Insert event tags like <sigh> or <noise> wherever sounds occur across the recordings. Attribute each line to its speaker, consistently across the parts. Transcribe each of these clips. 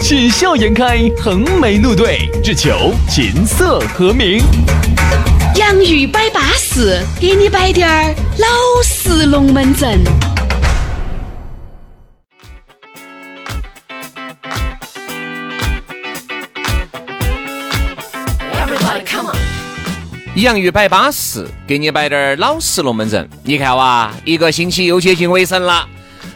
Speaker 1: 喜笑颜开，横眉怒对，只求琴瑟和鸣。
Speaker 2: 洋芋摆巴士，给你摆点儿老式龙门阵。
Speaker 3: 洋芋摆巴适，给你摆点儿老实龙门阵。你看哇，一个星期又接近尾声了。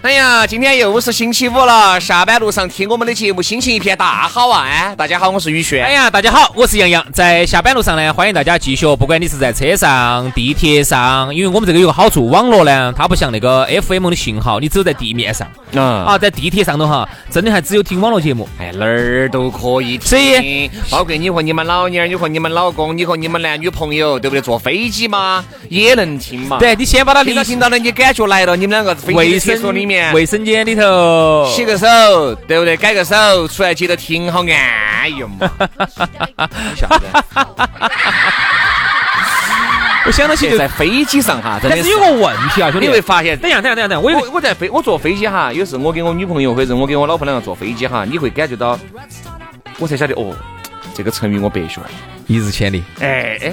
Speaker 3: 哎呀，今天又是星期五了，下班路上听我们的节目，心情一片大好啊！哎，大家好，我是宇轩。
Speaker 4: 哎呀，大家好，我是杨洋，在下班路上呢，欢迎大家继续，不管你是在车上、地铁上，因为我们这个有个好处，网络呢，它不像那个 FM 的信号，你只有在地面上
Speaker 3: 啊
Speaker 4: 啊，在地铁上头哈，真的还只有听网络节目。
Speaker 3: 哎，哪儿都可以
Speaker 4: 所
Speaker 3: 听
Speaker 4: 以，
Speaker 3: 包括你和你们老娘儿，你和你们老公，你和你们男女朋友，对不对？坐飞机嘛，也能听嘛。，
Speaker 4: 对你先把它
Speaker 3: 听
Speaker 4: 理
Speaker 3: 到听到了，你感觉来了，你们两个飞机
Speaker 4: 卫
Speaker 3: 的厕所
Speaker 4: 生
Speaker 3: 里面
Speaker 4: 卫生间里头，
Speaker 3: 洗个手，对不对？改个手，出来接着听，好哎安逸嘛。你晓得。
Speaker 4: 我想到起就
Speaker 3: 在，飞机上哈，真
Speaker 4: 但
Speaker 3: 的
Speaker 4: 是有个问题啊，兄弟，
Speaker 3: 你会发现，
Speaker 4: 等一下，等一下，等一下，我有
Speaker 3: 哎我我在飞我坐飞机哈，有时候我跟我女朋友或者我跟我老婆两个坐飞机哈，你会感觉到，我才晓得哦，这个成语我白学了。
Speaker 4: 一日千里，
Speaker 3: 哎哎，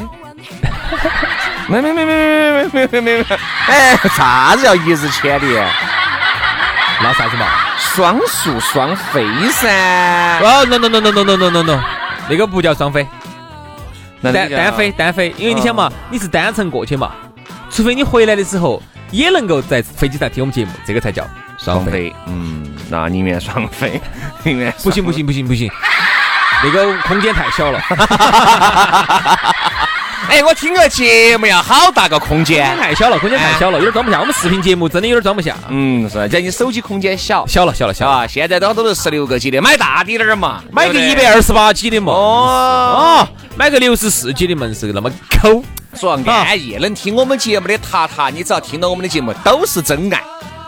Speaker 3: <laughs> 没没没没没没没没没，哎，啥子叫一日千里？
Speaker 4: 那啥子嘛？
Speaker 3: 双宿双飞噻。
Speaker 4: 哦，no no no no no no no no no，那个不叫双飞。
Speaker 3: 那
Speaker 4: 单
Speaker 3: 你讲
Speaker 4: 单飞，单飞，因为你想嘛，你是单程过去嘛，除非你回来的时候也能够在飞机上听我们节目，这个才叫
Speaker 3: 双。飞，嗯，那宁愿双飞， <laughs> 宁愿
Speaker 4: 不行不行不行不行，那个空间太小了。
Speaker 3: <laughs> 哎，我听个节目要好大个空
Speaker 4: <laughs> 空
Speaker 3: 间
Speaker 4: 间。太小了，空间太小了，有点装不下。我们视频节目真的有点装不下，
Speaker 3: 嗯，是，人家你手机空间小，
Speaker 4: 小了小了小了，
Speaker 3: 啊，现在都都是十六个 G 的，买大滴点儿嘛，
Speaker 4: 买个一
Speaker 3: 对不对
Speaker 4: 百二十八 G 的嘛，
Speaker 3: 哦
Speaker 4: 哦，买个六十四 G 的门是那么抠。
Speaker 3: 说安逸，能听我们节目的塔塔，你只要听到我们的节目都是真爱，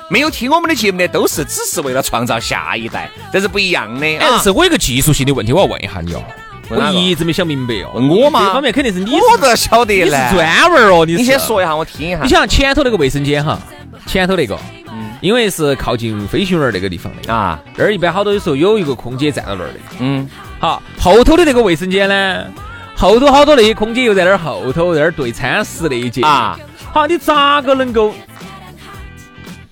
Speaker 3: 没有听我们的节目的都是只是为了创造下一代，这是不一样的
Speaker 4: 哎，但
Speaker 3: 啊。
Speaker 4: 是我有个技术性的问题，我要问一下你哦，
Speaker 3: 问哪
Speaker 4: 我
Speaker 3: 个
Speaker 4: 一直没想明白哦。
Speaker 3: 问我吗
Speaker 4: 这方面肯定是你是，
Speaker 3: 我都晓得
Speaker 4: 你是
Speaker 3: 嘞，
Speaker 4: 专门儿哦，你
Speaker 3: 你
Speaker 4: 是
Speaker 3: 先说一下，我听一下嗯
Speaker 4: 你。想前头那个卫生间哈，前头那个，因为是靠近飞行员那个地方的，
Speaker 3: 啊，
Speaker 4: 那儿一般好多时候有一个空姐站到那儿的。
Speaker 3: 嗯，
Speaker 4: 好，后头的那个卫生间呢，后头好多那些空姐又在那儿后头在那儿对餐食那一节
Speaker 3: 啊。
Speaker 4: 好，你咋个能够？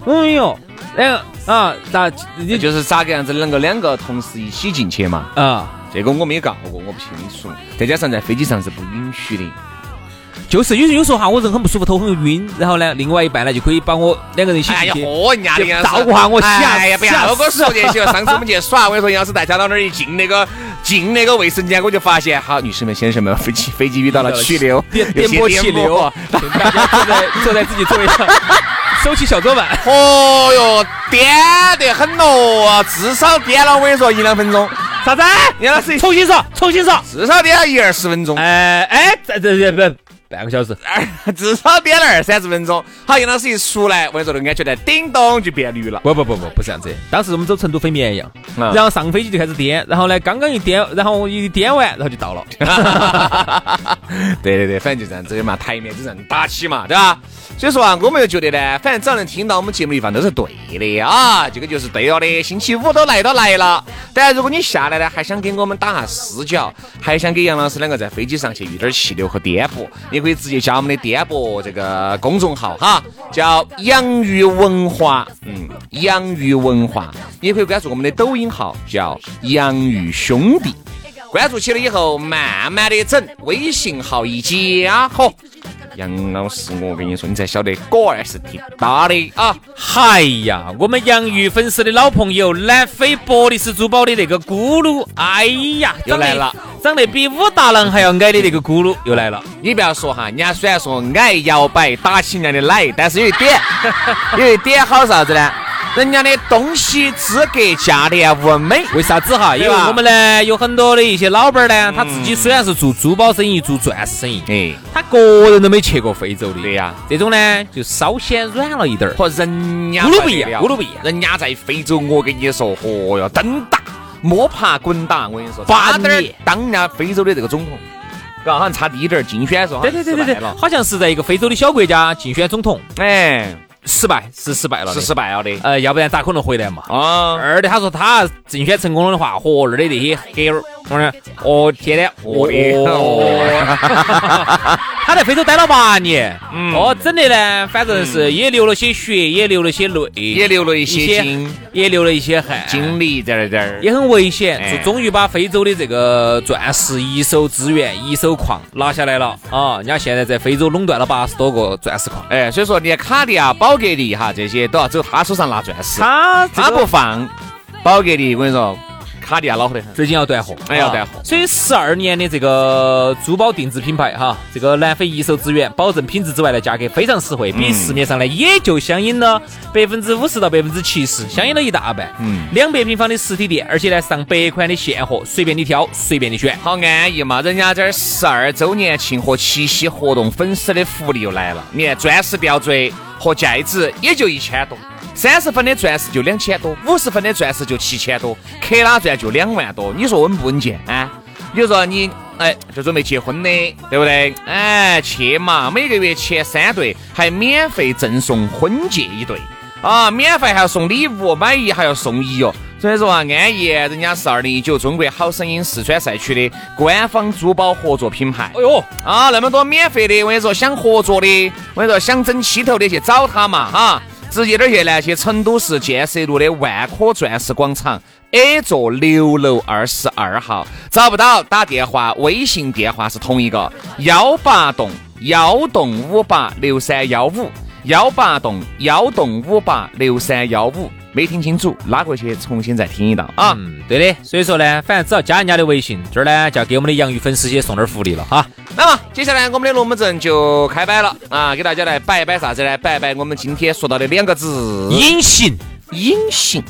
Speaker 4: 哎呦，哎啊，咋
Speaker 3: 也
Speaker 4: 你就
Speaker 3: 就是咋个样子能够两个同时一起进去嘛？
Speaker 4: 啊，
Speaker 3: 这个我没搞过，我不清楚。再加上在飞机上是不允许的。
Speaker 4: 就是有有时候哈，我人很不舒服，头很晕，然后呢，另外一半呢就可以把我两个人一起进
Speaker 3: 哎呀，
Speaker 4: 去。
Speaker 3: 嚯，人家的样子
Speaker 4: 照顾下我吓
Speaker 3: 哎呀，不
Speaker 4: 吓死
Speaker 3: 要跟我说这些了。上次我们去耍，我跟你说，杨老师带家到那儿一进那个进那个卫生间，我就发现，好，女士们、先生们，飞机飞机遇到了气流，
Speaker 4: 颠
Speaker 3: 有
Speaker 4: 颠
Speaker 3: 些
Speaker 4: 簸气流 <laughs> 啊，请大家坐在坐在自己座位
Speaker 3: <laughs>
Speaker 4: 上，收起小桌板。
Speaker 3: 哦哟，颠得很咯，至少颠了，我跟你说一两分钟，
Speaker 4: 啥子？
Speaker 3: 杨老师
Speaker 4: 重新说，重新说。
Speaker 3: 至少颠了一二十分钟，
Speaker 4: 哎哎，这这这不半个小时，
Speaker 3: 二至少颠了二三十分钟。好，杨老师一出来，我跟你说，那安全带叮咚就变绿了。
Speaker 4: 不不不不不是这样子。当时我们走成都飞绵阳，
Speaker 3: 嗯
Speaker 4: 然后上飞机就开始颠，然后呢，刚刚一颠，然后一颠完，然后就到了。 <laughs>
Speaker 3: <laughs> 对对对，反正就这样子的嘛，台面就这样打起嘛，对吧？所以说啊，我们就觉得呢，反正只要能听到我们节目的地方都是对的啊，这个就是对了的。星期五都来都来了，当然如果你下来呢，还想跟我们打下私交，还想给杨老师两个在飞机上去遇点气流和颠簸，你可以直接加我们的颠簸这个公众号哈，叫洋芋文化，嗯，洋芋文化，你也可以关注我们的抖音号，叫洋芋兄弟。关注起了以后，慢慢的整，微信号一加，嚯！杨老师，我跟你说，你才晓得果然是滴答的啊！
Speaker 4: 嗨呀，我们洋芋粉丝的老朋友，南非伯利斯珠宝的那个咕噜，哎呀，
Speaker 3: 又
Speaker 4: 长得
Speaker 3: 来了，
Speaker 4: 长得比武大郎还要矮的那个咕噜又来了。
Speaker 3: 你不要说哈，人家虽然 <laughs> 说矮摇摆打起人家的奶，但是有一点，有一点好啥子呢？人家的东西资格价廉物美，
Speaker 4: 为啥子哈？因
Speaker 3: 对
Speaker 4: 为
Speaker 3: 吧嗯
Speaker 4: 我们呢有很多的一些老板儿呢，他自己虽然是做珠宝生意、做钻石生意，
Speaker 3: 哎，
Speaker 4: 他个人都没去过非洲的。
Speaker 3: 对呀
Speaker 4: 这种呢就稍显软了一点儿。
Speaker 3: 和人家
Speaker 4: 咕噜不一
Speaker 3: 得
Speaker 4: 样
Speaker 3: 了
Speaker 4: 咕噜不一啊样
Speaker 3: 人家在非洲，我跟你说，嚯哟，蹬打摸爬滚打，我跟你说，
Speaker 4: 八
Speaker 3: 差点儿
Speaker 4: 年
Speaker 3: 当人家非洲的这个总统，嘎，好像差低点儿竞选是吧？
Speaker 4: 对对对对
Speaker 3: 失败
Speaker 4: 对，
Speaker 3: 了
Speaker 4: 好像是在一个非洲的小国家竞选总统，
Speaker 3: 哎，
Speaker 4: 失败是失败了
Speaker 3: 是
Speaker 4: 的，
Speaker 3: 失败了的
Speaker 4: 呃，要不然咋可能回来嘛？
Speaker 3: 啊，
Speaker 4: 二的他说他竞选成功了的话，嚯，二的那些黑儿，我说哦天呐，
Speaker 3: 我的
Speaker 4: 哦， <laughs> 他在非洲待了八年，
Speaker 3: 嗯
Speaker 4: 哦，整的呢，反正是也流了些血，也流了些泪，
Speaker 3: 也流了一
Speaker 4: 一
Speaker 3: 些精
Speaker 4: 也流了一些汗，
Speaker 3: 经历在那点儿，
Speaker 4: 也很危险，
Speaker 3: 哎
Speaker 4: 就终于把非洲的这个钻石一手资源、一手矿拿下来了啊！人家现在在非洲垄断了八十多个钻石矿，
Speaker 3: 哎，所以说你看卡地亚、宝格丽哈这些都要走他手上拿钻石，
Speaker 4: 他
Speaker 3: 他不放。宝格丽，我跟你说，卡地亚恼火得很。
Speaker 4: 最近要断货，
Speaker 3: 哎要断货
Speaker 4: 啊所以十二年的这个珠宝定制品牌哈，这个南非一手资源，保证品质之外呢，价格非常实惠，
Speaker 3: 嗯
Speaker 4: 比市面上呢也就相应了百分之五十到百分之七十，相应了一大半。
Speaker 3: 嗯
Speaker 4: 嗯，两百平方的实体店，而且呢上百款的现货，随便你挑，随便你选。
Speaker 3: 好安逸嘛，人家这儿十二周年庆和七夕活动，粉丝的福利又来了。你看钻石吊坠和戒指也就一千多，三十分的钻石就两千多，五十分的钻石就七千多，克拉钻就两万多。你说稳不稳健啊？你说你哎，就准备结婚的，对不对？哎，去嘛，每个月前三对还免费赠送婚戒一对。啊，免费还要送礼物，买一还要送一哦。所以说啊，安逸，人家是二零一九中国好声音四川赛区的官方珠宝合作品牌
Speaker 4: 哎呦，
Speaker 3: 啊，那么多免费的，我跟你说，想合作的，我跟你说，想争气头的去找他嘛哈。直接点儿去呢，去成都市建设路的万科钻石广场 A 座六楼二十二号，找不到打电话，微信电话是同一个幺八栋幺栋五八六三幺五幺八栋幺栋五八六三幺五，没听清楚，拉过去重新再听一道啊。
Speaker 4: 嗯，对的，所以说呢，反正只要加人家的微信，这儿呢就要给我们的洋芋粉丝些送点儿福利了哈。
Speaker 3: 那么接下来我们的龙门阵就开摆了啊，给大家来摆一摆啥子呢？摆一摆我们今天说到的两个字
Speaker 4: 隐形，
Speaker 3: “隐形”。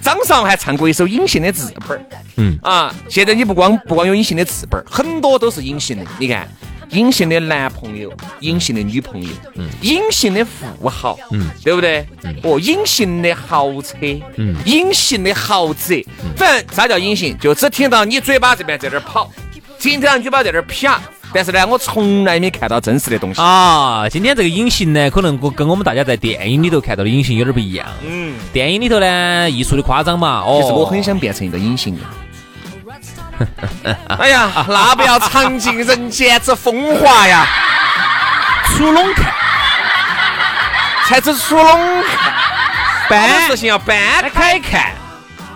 Speaker 3: 张韶涵唱过一首隐形的字本儿，
Speaker 4: 嗯
Speaker 3: 啊，现在你不光不光有隐形的字本儿，很多都是隐形的。你看，隐形的男朋友，隐形的女朋友，嗯，隐形的富豪，嗯，对不对？哦，隐形的豪车，嗯，隐形的豪宅，反正啥叫隐形？就只听到你嘴巴这边在这儿跑，听到你嘴巴在这儿啪，但是呢，我从来没看到真实的东西。
Speaker 4: 啊，今天这个隐形呢，可能跟跟我们大家在电影里头看到的隐形有点不一样。
Speaker 3: 嗯，
Speaker 4: 电影里头呢，艺术的夸张嘛，哦，
Speaker 3: 其实我很想变成一个隐形人。 <laughs> 哎呀，那不要尝尽人间之风华呀，
Speaker 4: 出笼看
Speaker 3: 才知出笼办
Speaker 4: 搬
Speaker 3: 事，情要搬开看。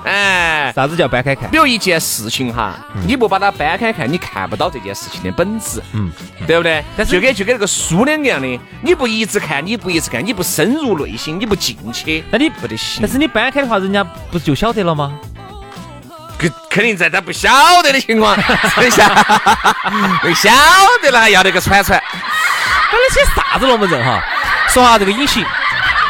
Speaker 3: 哎，
Speaker 4: 啥子叫搬开看？
Speaker 3: <laughs> 比如一件事情哈，你不把它搬开看，你看不到这件事情的本质，嗯，对不对？但是就跟就跟那个书两样的，你不一直看，你不一直看，你不深入内心，你不进去，
Speaker 4: 那你
Speaker 3: 不得行
Speaker 4: 但。是你搬开的话，人家不就晓得了吗？
Speaker 3: 肯肯定在他不晓得的情况 <laughs> 之下，不晓得了还要那个铲铲。
Speaker 4: 那那些啥子龙门阵哈？说下这个隐形，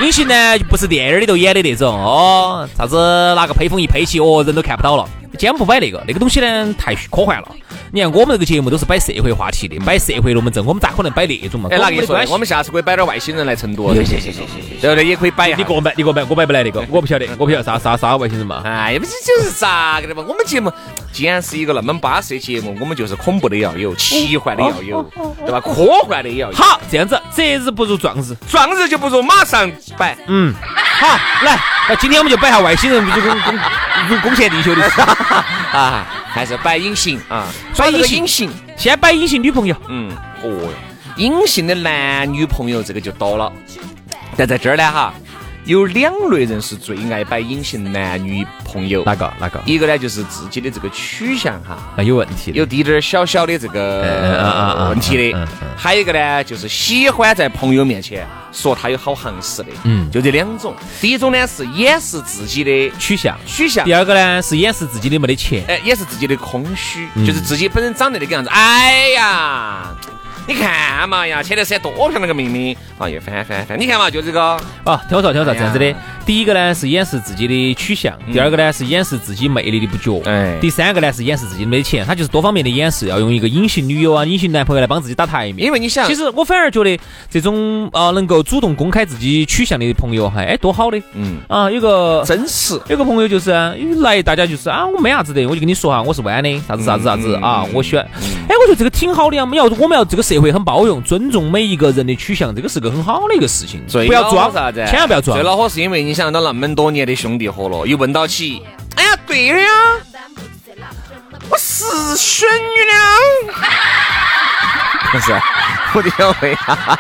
Speaker 4: 隐形呢就不是电影里头演的那种哦，啥子拿个披风一披起，哦人都看不到了。今天不摆那个，那个东西呢太科幻了。你看我们这个节目都是摆社会话题的，摆社会龙门阵，我们咋可能摆那种嘛？
Speaker 3: 哎，
Speaker 4: 跟
Speaker 3: 那
Speaker 4: 我们
Speaker 3: 跟你
Speaker 4: 的
Speaker 3: 说
Speaker 4: 关
Speaker 3: 的，
Speaker 4: 系
Speaker 3: 我们下次可以摆点外星人来成都，对不对？也可以摆一下
Speaker 4: 你。给我摆，你给我摆，我摆不来那个，我不晓得，我不晓得啥啥啥外星人嘛。
Speaker 3: 哎呀，不是就是咋个的嘛？我们节目既然是一个那么巴适的节目，我们就是恐怖的要有，奇幻的要有，对吧？科幻的也要有。
Speaker 4: 好，这样子择日不如撞日。
Speaker 3: 撞日就不如马上摆。
Speaker 4: 嗯，好，来，那今天我们就摆下外星人就攻攻攻攻陷地球的事。
Speaker 3: <laughs> 啊，还是摆隐形啊，
Speaker 4: 摆隐形
Speaker 3: 说这个隐形，
Speaker 4: 先摆隐形女朋友，
Speaker 3: 嗯，哦哟，隐形的男女朋友这个就多了，但在这儿呢哈，有两类人是最爱摆隐形男女朋友，
Speaker 4: 个哪个？
Speaker 3: 一个呢就是自己的这个取向哈，
Speaker 4: 那有问题的。
Speaker 3: 有滴点儿小小的这
Speaker 4: 嗯嗯嗯
Speaker 3: 个
Speaker 4: 嗯
Speaker 3: 问
Speaker 4: 嗯
Speaker 3: 题的
Speaker 4: 嗯嗯，
Speaker 3: 还有一个呢，就是喜欢在朋友面前说他有好行势的，
Speaker 4: 嗯
Speaker 3: 就这两种。第一种呢是掩饰自己的
Speaker 4: 取向。
Speaker 3: 取向
Speaker 4: 第，二个呢是掩饰自己的没得钱。
Speaker 3: 哎，也是自己的空虚，
Speaker 4: 嗯
Speaker 3: 就是自己本身长得那个样子。哎呀，你看啊嘛呀，前段时间多漂亮个妹妹，哎呀，翻翻翻，你看嘛，就这个，
Speaker 4: 啊，听我说，听我说，这样子
Speaker 3: 哎
Speaker 4: 的
Speaker 3: 呀，嗯
Speaker 4: 第一个呢是掩饰自己的取向，第二个呢是掩饰自己魅力的不觉，
Speaker 3: 哎
Speaker 4: 第三个呢是掩饰自己没钱，他就是多方面的掩饰，要用一个隐形女友啊、隐形男朋友来帮自己打台面。
Speaker 3: 因为你想
Speaker 4: 其，实我反而觉得这种啊、能够主动公开自己取向的朋友，还哎多好的
Speaker 3: 嗯，
Speaker 4: 啊！有个
Speaker 3: 真实，
Speaker 4: 有个朋友就是啊一来，大家就是啊，我没啥子的，我就跟你说啊哈，我是弯的，啥子啥子啥子
Speaker 3: 嗯
Speaker 4: 啊
Speaker 3: 嗯，
Speaker 4: 我喜欢。哎，我觉得这个挺好的呀，我们要我们要这个社会很包容，尊重每一个人的取向，这个是个很好的一个事情。
Speaker 3: 最
Speaker 4: 不要
Speaker 3: 恼火
Speaker 4: 装
Speaker 3: 啥子？
Speaker 4: 千万不要装
Speaker 3: 最。恼火是因为你想到那么多年的兄弟伙了，一问到起，哎呀，对的呀，我是选女的啊。不 <laughs> 是，啊我的小妹啊！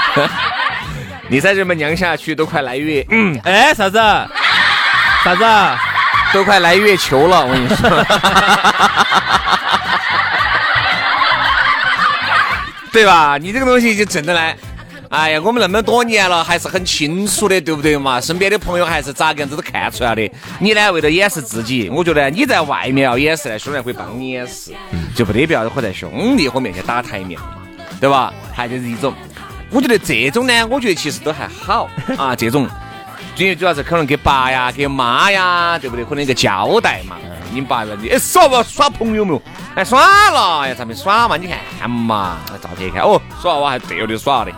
Speaker 3: <laughs> 你再这么娘下去，都快来月，嗯，
Speaker 4: 哎，啥子？啥子？
Speaker 3: 都快来月球了，我跟你说。对吧？你这个东西就真的来，哎呀，我们那么多年了，还是很清楚的，对不对嘛？身边的朋友还是咋个样子都看出来的。你呢，为了掩饰自己，我觉得你在外面要掩饰呢，兄弟会帮你掩饰，就没得必要会在兄弟伙面前打台面嘛，对吧？还就是一种，我觉得这种呢，我觉得其实都还好啊，这种。因为主要是可能给爸呀、给妈呀，对不对？可能一个交代嘛。你爸问你，哎，耍不耍朋友没有？哎，耍了，哎，咱们耍嘛，你看嘛，照片一看，哦，耍娃还对的耍的，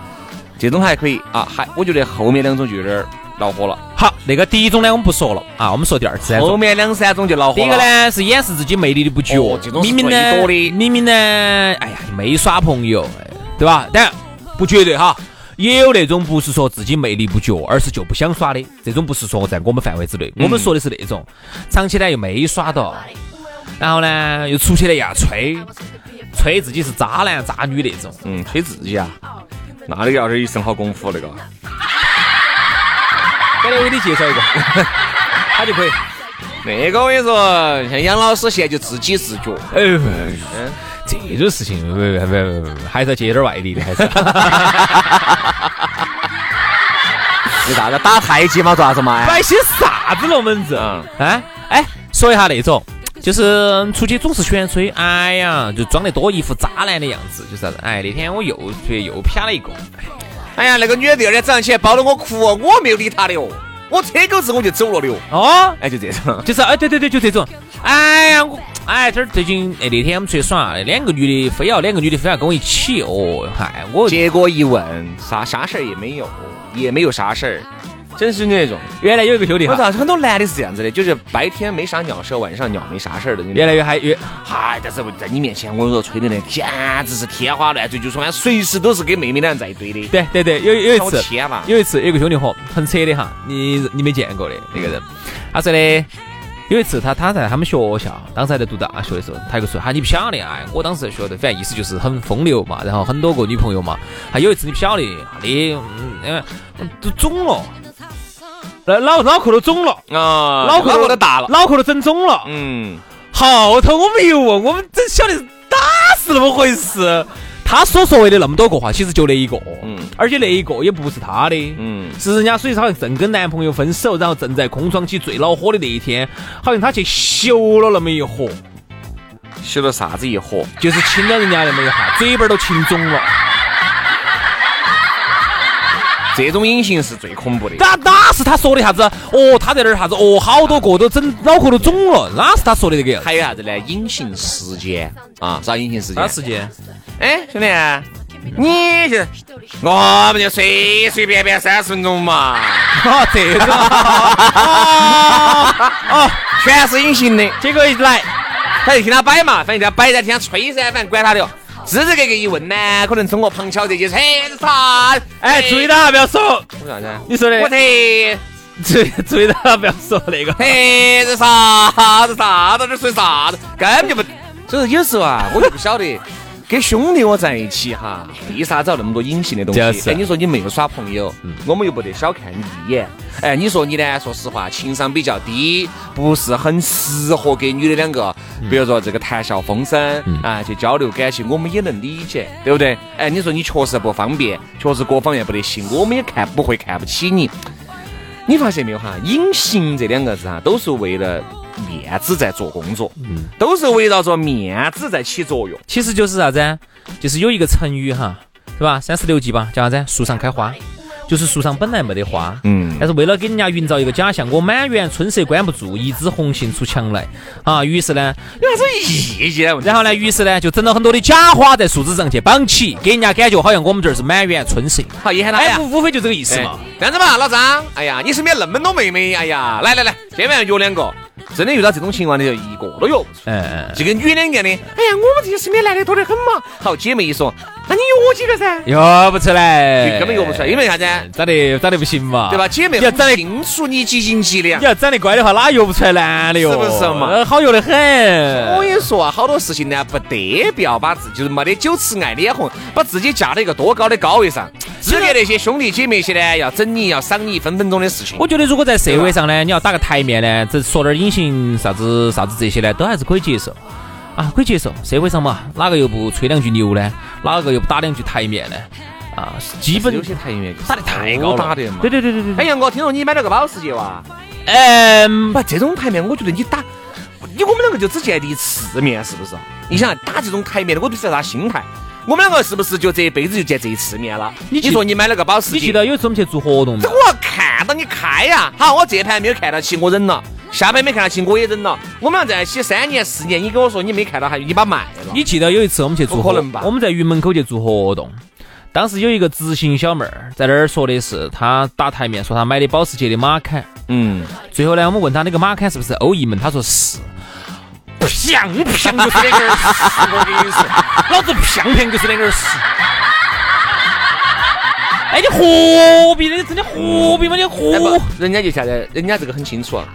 Speaker 3: 这种还可以啊。还我觉得后面两种就有点儿恼火了，
Speaker 4: 好，那个第一种呢，我们不说了啊，我们说第二次再
Speaker 3: 后
Speaker 4: 说。
Speaker 3: 面两三种就恼火
Speaker 4: 第
Speaker 3: 了。
Speaker 4: 一个？呢是掩饰自己魅力的不觉
Speaker 3: 哦这，种是
Speaker 4: 明明
Speaker 3: 最
Speaker 4: 呢
Speaker 3: 多的，
Speaker 4: 明明呢，哎呀，没耍朋友，哎对吧？但不绝对哈，也有那种不是说自己魅力不觉，而是就不想耍的，这种不是说在我们范围之内。我们说的是那种长期呢又没耍到，然后呢又出去了呀吹，吹自己是渣男渣女那种。
Speaker 3: 嗯，吹自己啊，那你要是一身好功夫那个。
Speaker 4: 改天我给你介绍 <laughs> 一个，他就可以。
Speaker 3: 那个我跟你说，像杨老师现在就自己自觉，
Speaker 4: 哎，这种事情，不不不不不，还是要接点外力的，还是。
Speaker 3: 你啥子打太极嘛，做啥子嘛？哎
Speaker 4: 摆些哎啥子龙门阵？
Speaker 3: 嗯
Speaker 4: 啊，哎，说一下那种，就是出去总是喜欢吹，哎呀，就装得多一副渣男的样子，就是啥子？哎，那天我又出去又啪了一个，
Speaker 3: 哎呀，那个女的第二天早上起来抱着我哭哦，我没有理她的哦，我扯狗子我就走了的哦。
Speaker 4: 哦，
Speaker 3: 哎，就这种，
Speaker 4: 就是哎，对对对，就这种，哎呀，我哎这儿最近哎那天我们出去耍，两个女的非要两个女的非要跟我一起，哦，嗨，我
Speaker 3: <laughs> 结果一问，啥啥事儿也没有，也没有啥事儿，真是那种。
Speaker 4: 原来有一个兄弟哈，
Speaker 3: 我操，很多男的是这样子的，就是白天没啥鸟事儿，晚上鸟没啥事儿的。
Speaker 4: 原来有还有，
Speaker 3: 嗨，但是我在你面前，我跟你说，吹的那简直是天花乱坠，就说俺随时都是跟妹妹俩在一堆的。
Speaker 4: 对对对，有有一
Speaker 3: 我
Speaker 4: 次。
Speaker 3: 天嘛！
Speaker 4: 啊有一次有一个兄弟伙很扯的哈，你你没见过的那个人，他说的。有一次他，他在他们学校，当时还在读大学的时候，他就说：“哈，你不晓得啊，我当时在学校的，反正意思就是很风流嘛，然后很多个女朋友嘛。还有一次你不晓得，哈你嗯嗯嗯都肿了，那脑脑壳都肿了，
Speaker 3: 啊，
Speaker 4: 脑壳
Speaker 3: 脑壳都大了。
Speaker 4: 脑壳都整肿了。
Speaker 3: 嗯，
Speaker 4: 后头我们一问，啊我们真晓得是打是那么回事。他所所谓的那么多个话，其实就那一个，
Speaker 3: 嗯
Speaker 4: 而且那一个也不是他的，
Speaker 3: 嗯
Speaker 4: 是人家，所以她好像正跟男朋友分手，然后正在空窗期最恼火的那一天，好像她去修了那么一伙，
Speaker 3: 修了啥子一伙？
Speaker 4: 就是亲了人家那么一下，嘴巴儿都亲肿了。
Speaker 3: 这种隐形是最恐怖的。
Speaker 4: 哪哪是他说的啥子？哦，他在那儿啥子？哦，好多个都整脑壳都肿了，哪是他说的这个样子？
Speaker 3: 还有啥子呢？隐形时间啊，啥隐形时间？
Speaker 4: 间？
Speaker 3: 哎，兄弟，你现在我们就随随便便三十分钟嘛，
Speaker 4: 哦，这 <laughs> 个哦，哦
Speaker 3: 全是隐形的。
Speaker 4: 结果一 <laughs> 来，
Speaker 3: 他就听他摆嘛，反正就摆在听他吹噻，反正管他的哦。支支格格一问呢，可能通过旁敲侧击，哎，这是啥？
Speaker 4: 哎，注意，到不要说，
Speaker 3: 我说啥子？啊
Speaker 4: 你说的
Speaker 3: 我这，
Speaker 4: 注意注意到不要说那个。
Speaker 3: <laughs> 嘿，这啥子啥子？这算啥子？根本就不。 <laughs> 所以说有时候啊，我就不晓 <laughs> 得，跟兄弟我在一起哈，为啥找那么多隐形的东西？
Speaker 4: 就是
Speaker 3: 哎，你说你没有耍朋友，我们又不得小看你一眼。哎，你说你呢？说实话，情商比较低，不是很适合给女的两个，比如说这个谈笑风生、啊，去交流感情，我们也能理解，对不对？哎，你说你确实不方便，确实各方面不得行，我们也看不会看不起你。你发现没有哈？隐形这两个字啊，都是为了面子在做工作，
Speaker 4: 嗯
Speaker 3: 都是围绕着面子在起作用。
Speaker 4: 其实就是啥子啊？就是有一个成语哈，是吧？三十六计吧，叫啥子啊？树上开花。就是树上本来没得花，
Speaker 3: 嗯
Speaker 4: 但是为了给人家营造一个假象，我满园春色关不住，一枝红杏出墙来啊。于是呢，
Speaker 3: 有啥子意义呢？
Speaker 4: 然后呢，于是呢就整了很多的假花在树枝上去绑起，给人家感觉好像我们这儿是满园春色。
Speaker 3: 好，也喊他
Speaker 4: 哎，
Speaker 3: 呀。
Speaker 4: 无无非就这个意思
Speaker 3: 哎
Speaker 4: 嘛。
Speaker 3: 这样子嘛，老张，哎呀，你身边那么多妹妹，哎呀，来来来，今晚约两个。真的遇到这种情况的，就一个都约不出。
Speaker 4: 嗯嗯，
Speaker 3: 就跟女的一样的，哎呀，我们这些身边男的多得很嘛。好，姐妹一说，那你约我几个噻？
Speaker 4: 约不出来，
Speaker 3: 根本约不出来，因为啥子？
Speaker 4: 长得长得不行嘛，
Speaker 3: 对吧？？姐妹
Speaker 4: 哎要长得
Speaker 3: 清楚你几斤几两
Speaker 4: 你。要长得乖的话，哪约不出来男的哟？
Speaker 3: 是不是嘛
Speaker 4: 呃好约得很。
Speaker 3: 我跟你说啊，好多事情呢，不得不要把自己就是没得酒池爱脸红，把自己架到一个多高的高位上。之前那些兄弟姐妹些呢，要整你，要赏你分分钟的事情。
Speaker 4: 我觉得如果在社会上呢，你要打个台面呢，这说点隐形啥子啥子这些呢，都还是可以接受啊，可以接受。社会上嘛，哪个又不吹两句牛呢？哪个又不打两句台面呢？啊，基本
Speaker 3: 有些台面
Speaker 4: 打得太高了，
Speaker 3: 打的嘛。
Speaker 4: 对对对对对
Speaker 3: 哎
Speaker 4: 对。
Speaker 3: 呀，我听说你买了个保时捷哇？
Speaker 4: 哎，嗯，
Speaker 3: 不，这种台面，我觉得你打，你我们两个就只见了一次面，是不是？你想打这种台面的，我都不知道啥心态。我们两个是不是就这一辈子就见这一次面了？
Speaker 4: 你
Speaker 3: 你
Speaker 4: 记
Speaker 3: 说你买了个保时捷，
Speaker 4: 你记得有一次我们去做活动没
Speaker 3: 这
Speaker 4: 有
Speaker 3: 我？要看到你开呀、好，我这盘没有看到起，我忍了；下盘没看到起，我也忍了。我们俩在一起三年四年，你跟我说你没看到，还你把卖了。
Speaker 4: 你记得有一次我们去做活
Speaker 3: 不可能吧
Speaker 4: 我们在云门口去做活动，当时有一个执行小妹儿在那儿说的是，她打台面说她买的保时捷的马坎，
Speaker 3: 嗯，
Speaker 4: 最后呢，我们问他那个马坎是不是欧翼门，他说是。啪啪就是那根儿屎，我跟你说，
Speaker 3: 哦
Speaker 4: 老子啪啪就是那根儿屎。哎，你何必呢？你真的何必嘛？你
Speaker 3: 哎不
Speaker 4: 何？，
Speaker 3: 人家就晓得，人家这个很清楚啊。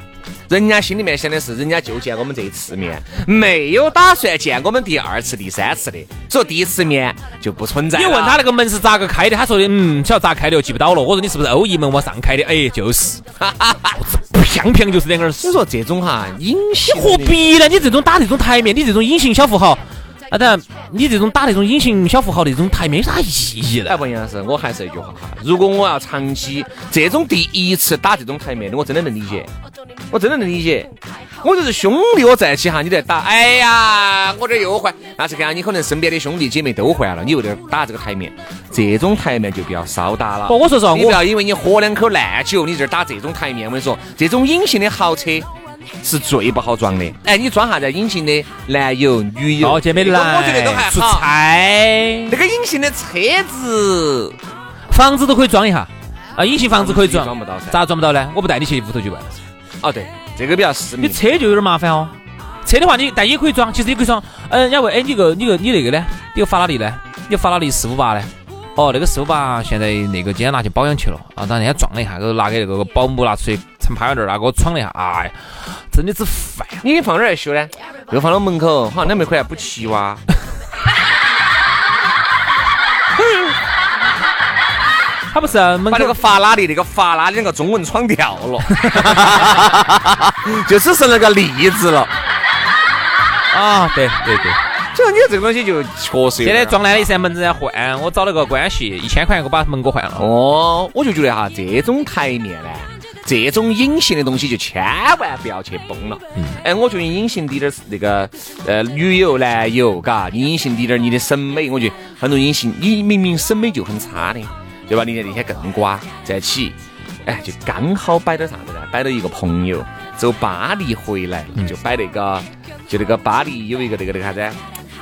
Speaker 3: 人家心里面想的是，人家就见我们这一次面，没有打算见我们第二次、第三次的，所以第一次面就不存在。
Speaker 4: 你问他，那个门是咋个开的，他说的嗯，晓得咋开的，又记不到了。我说你是不是欧翼门往上开的？哎，就是，啪啪就是那根儿
Speaker 3: 所
Speaker 4: 屎。
Speaker 3: 以说这种哈隐
Speaker 4: 你
Speaker 3: 性的，
Speaker 4: 何必呢？你这种打这种台面，你这种隐形小富豪，啊，当然，你这种打这种隐形小富豪的这种台面有啥意义呢
Speaker 3: 哎，？文杨老师，我还是那句话哈，如果我要长期这种第一次打这种台面的，我真的能理解，我真的能理解。我就是兄弟我在一起哈，你在打，哎呀，我这又换，那是看你可能身边的兄弟姐妹都换了，你又在打这个台面，这种台面就不要少打了。
Speaker 4: 不我说实话
Speaker 3: 你
Speaker 4: 我
Speaker 3: 不要因为你喝两口烂酒，你这儿打这种台面，我跟你说，这种隐形的豪车。是最不好装的，哎，你装啥子隐形的男友、女友？
Speaker 4: 哦，姐妹
Speaker 3: 这个我觉得都
Speaker 4: 来
Speaker 3: 还
Speaker 4: 出
Speaker 3: 好。
Speaker 4: 差，
Speaker 3: 那个隐形的车子，
Speaker 4: 房子都可以装一下啊，隐形房子可以装，
Speaker 3: 房子装不到噻
Speaker 4: 咋装不到呢？我不带你去屋头去问，
Speaker 3: 哦，对，这个比较私
Speaker 4: 你
Speaker 3: 密。
Speaker 4: 车就有点麻烦哦。车的话你，但也可以装，其实也可以装。嗯，人家问，哎，你个你个你那个呢？你个法拉利呢？你个法拉利四五八呢？哦，那个四五八现在那个今天拿去保养去了啊，当然人家撞了一下，给我拿给那个保姆拿出去，从趴在那儿，那给我闯了一下，哎呀，真的是烦。
Speaker 3: 你放哪儿来修呢？又放到门口，好像两百块不啊齐哇。
Speaker 4: 他不是啊门
Speaker 3: 把那
Speaker 4: 口
Speaker 3: 个法拉利那个法拉利那个中文闯掉 <laughs> 了，就只剩那个例子了。
Speaker 4: 啊， <laughs> 对对对。
Speaker 3: 所以你这个东西就确实有
Speaker 4: 现
Speaker 3: 点
Speaker 4: 在撞烂了一扇门子在换，我找了个关系，一千块给我把门给我换了。
Speaker 3: 哦，我就觉得哈，这种台面呢，这种隐形的东西就千万不要去崩了。
Speaker 4: 嗯
Speaker 3: 哎，我觉得隐形滴点儿是那个呃女友男友，嘎，你隐形滴点儿你的审美，我觉得很多隐形，你明明审美就很差的，对吧？你看那天更瓜在一起，哎，就刚好摆到啥子呢？摆到一个朋友走巴黎回来
Speaker 4: 嗯
Speaker 3: 了，就摆那个，就那个巴黎有一个那个那个啥子？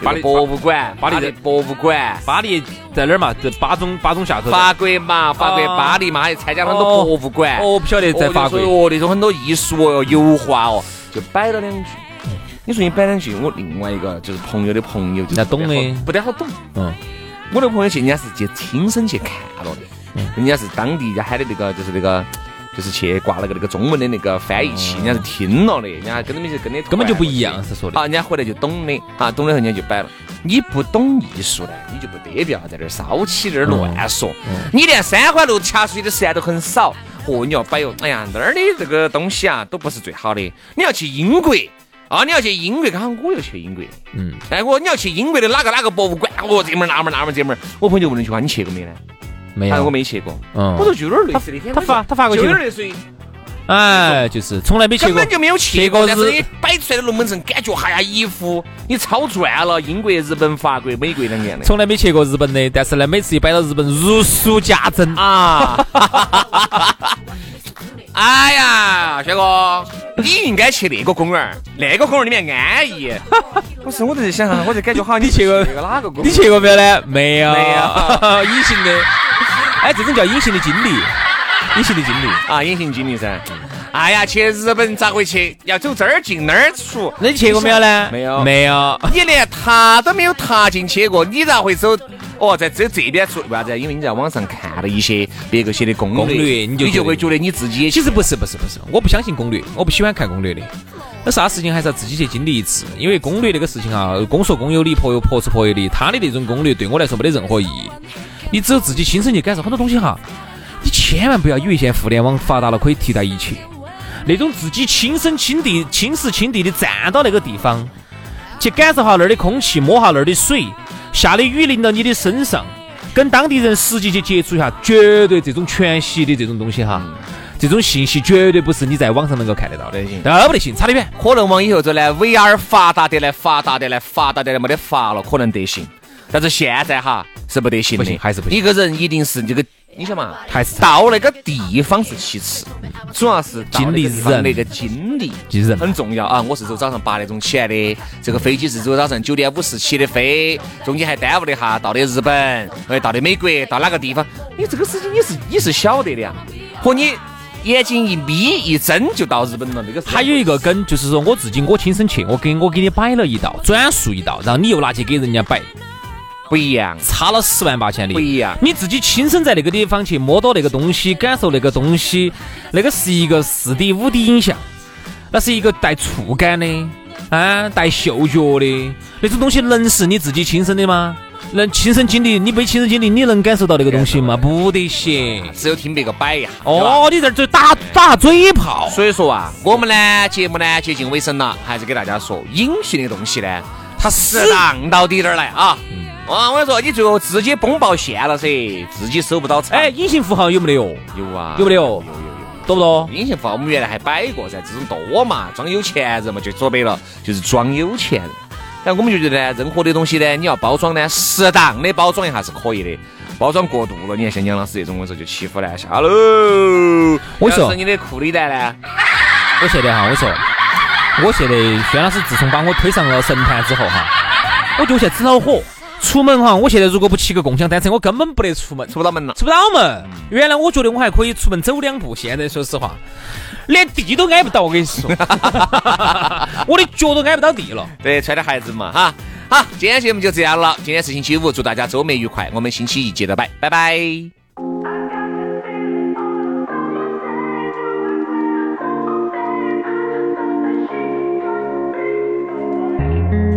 Speaker 4: 巴黎
Speaker 3: 有个博物馆，
Speaker 4: 巴黎
Speaker 3: 的博物馆，
Speaker 4: 巴黎在哪儿嘛？在巴中巴中下头。
Speaker 3: 法国嘛，法国
Speaker 4: 哦
Speaker 3: 巴黎嘛，还参加了很多博物馆。
Speaker 4: 哦，不晓得在法国
Speaker 3: 哦。就说哦，那种很多艺术哦，油画哦，就摆了两句。你说你摆两句，我另外一个就是朋友的朋友，就是
Speaker 4: 那懂的
Speaker 3: 不太好懂。
Speaker 4: 嗯，
Speaker 3: 我的朋友去，人家是去亲身去看了的，
Speaker 4: 嗯
Speaker 3: 人家是当地人家喊的那个，就是那个。就是去挂了个那个中文的那个翻译器，人家是听了的，人家跟他们就跟的
Speaker 4: 哦根本就不一样，是说的。
Speaker 3: 啊，人家回来就懂的啊，懂了以后人家就摆了。你不懂艺术呢，你就不得必要在这儿骚起这儿
Speaker 4: 嗯
Speaker 3: 乱说。你连三环路掐出去的时间都很少，哦，你要摆哟，哎呀，那儿的这个东西啊，都不是最好的。你要去英国啊，你要去英国，刚好我又去英国，
Speaker 4: 嗯，
Speaker 3: 哎，我你要去英国的哪个哪个博物馆，哦，这门儿那门儿那门儿这门儿，我朋友就问了一句话，你去过没呢？啊
Speaker 4: 没
Speaker 3: 他说我
Speaker 4: 有。
Speaker 3: 没去过，
Speaker 4: 嗯
Speaker 3: 我说就有点类似的，
Speaker 4: 他发他发过去
Speaker 3: 就有点类似于。
Speaker 4: 哎，就是从来没去
Speaker 3: 根
Speaker 4: 过
Speaker 3: 本，就没有去
Speaker 4: 结
Speaker 3: 过，
Speaker 4: 果
Speaker 3: 但是
Speaker 4: 是
Speaker 3: 你摆出来的龙门阵，感觉哎哈呀一副你超赚了英国、日本、法国、美国两年的
Speaker 4: 从来没去过日本的，但是呢，每次一摆到日本，如数家 <laughs> 珍。
Speaker 3: 啊！ <laughs> 哎呀，轩哥，你应该去那个公园儿，那个公园儿里面安逸。不是， <laughs> 我在想啊哈，我在感觉好像你
Speaker 4: 去过
Speaker 3: 个哪个公
Speaker 4: 你
Speaker 3: 园？
Speaker 4: 去过没有呢？没有，
Speaker 3: 没有
Speaker 4: <laughs> 隐形的。哎，这种叫隐形的经历，隐形的经历。
Speaker 3: 啊，隐形经历噻。哎呀，去日本咋会去？要走这儿进那儿出。
Speaker 4: 那你去过没有呢？
Speaker 3: 没有
Speaker 4: 没有。 <laughs>
Speaker 3: <laughs> 你连踏都没有踏进去过，你咋会走？哦，在这这边出为啥子？因为你在网上看了一些别个写的攻略，
Speaker 4: 攻略
Speaker 3: 你
Speaker 4: 你就觉得
Speaker 3: 会觉得你自己也
Speaker 4: 其实不是，不是，不是，我不相信攻略，我不喜欢看攻略的。有啥事情还是要自己去经历一次，因为攻略这个事情啊，公说公有理，婆有婆说婆有理。他的那种攻略对我来说没得任何意义，你只有自己亲身去感受很多东西哈。你千万不要以为现在互联网发达了可以替代一切，那种自己亲身亲地、亲时亲地的站到那个地方，去感受下那儿的空气，摸下那儿的水，下的雨淋到你的身上，跟当地人实际去接触一下，绝对这种全息的这种东西哈，这种信息绝对不是你在网上能够看得到的
Speaker 3: 对行，
Speaker 4: 那不得行，差得远。
Speaker 3: 可能往以后走呢，VR 发达得来，发达得来，发达得来，没得法了，可能得行。但是现在哈是不得行的，
Speaker 4: 不行还是不行
Speaker 3: 一个人一定是这个，你想嘛，
Speaker 4: 还是
Speaker 3: 到那个地方是其次，主要是到那个地方
Speaker 4: 经历人
Speaker 3: 那个经历，
Speaker 4: 经历人
Speaker 3: 很重要啊。我是走早上八点钟起来的，这个飞机是走早上九点五十起的飞，中间还耽误了一下，到的日本，哎，到的美国，到哪个地方，你这个事情你是你是晓得的呀，和你眼睛一眯一睁就到日本了，那个是
Speaker 4: 还有一个跟就是说我自己我亲身去，我给我给你摆了一道，转述一道，然后你又拿去给人家摆，
Speaker 3: 不一样。
Speaker 4: 差了十万八千里，
Speaker 3: 不一样
Speaker 4: 你自己亲身在那个地方去摸到那个东西，感受那个东西，那个是一个四 D、五 D 影像，那是一个带触感的，啊，带嗅觉的，那种东西能是你自己亲身的吗？能亲身经历，你没亲身经历，你能感受到那个东西吗？不得行。
Speaker 3: 啊只有听别个摆一下。哦，
Speaker 4: 哦，你在这儿打打下嘴炮，
Speaker 3: 所以说啊，我们呢节目呢接近尾声了，还是给大家说，音讯的东西呢，它适当到底点儿来啊。
Speaker 4: 嗯
Speaker 3: 啊，我跟你说，你最后自己崩爆线了噻，自己收不到场。
Speaker 4: 哎，，隐形符号有没得哟？
Speaker 3: 有啊，
Speaker 4: 有没得哟？多不多？
Speaker 3: 音信符号我们原来还摆过噻，这种多嘛，装有钱人嘛，就说白了就是装有钱人。但我们就觉得呢，任何的东西呢，你要包装呢，适当的包装一下是可以的。包装过度了，你看像杨老师这种，我跟你说就欺负难下喽。
Speaker 4: 我跟你说
Speaker 3: 要是你的裤里带呢，
Speaker 4: 我现在哈，我说，我现在轩老师自从把我推上了神坛之后哈，我就现在只恼火。出门哈，我现在如果不骑个共享单车，我根本不得出门，
Speaker 3: 出不到门了。
Speaker 4: 出不到门。原来我觉得我还可以出门走两步，现在说实话，连地都挨不到。我跟你说， <laughs> 我的脚都挨不到地了。
Speaker 3: 对，穿点鞋子嘛哈。好，今天节目就这样了。今天是星期五，祝大家周末愉快。我们星期一接着拜，拜拜。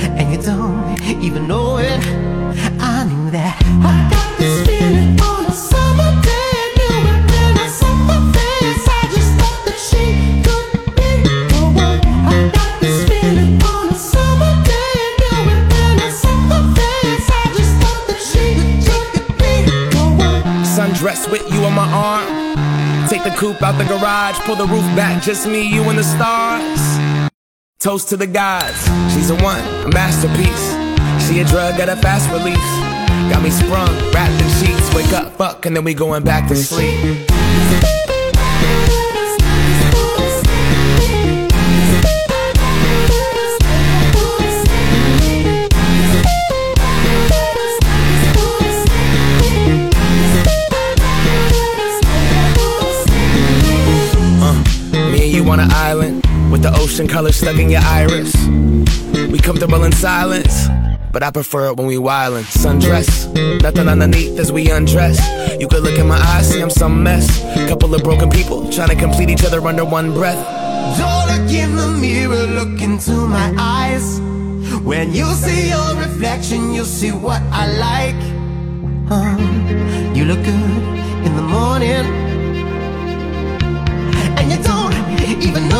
Speaker 5: and you don't even know it. I knew that. I got this feeling on a summer day. Knew it when I saw her face. I just thought that she could be the one. I got this feeling on a summer day. Knew it when I saw her face. I just thought that she could be the one.
Speaker 6: Sundress with you on my arm. Take the coupe out the garage, pull the roof back, just me, you, and the stars. Toast to the gods. She's a one, a masterpiece. She a drug at a fast release. Got me sprung, wrapped in sheets. Wake up, fuck, and then we going back to sleep. Uh, Me and you on an island with the ocean color stuck in your iris. We comfortable in silence. but I prefer it when we wildin'. Sundress, nothing underneath as we undress. You could look in my eyes, see I'm some mess. Couple of broken people trying to complete each other under one breath.
Speaker 5: Don't look in the mirror, look into my eyes. When you see your reflection, you'll see what I like. Um, you look good in the morning, and you don't even know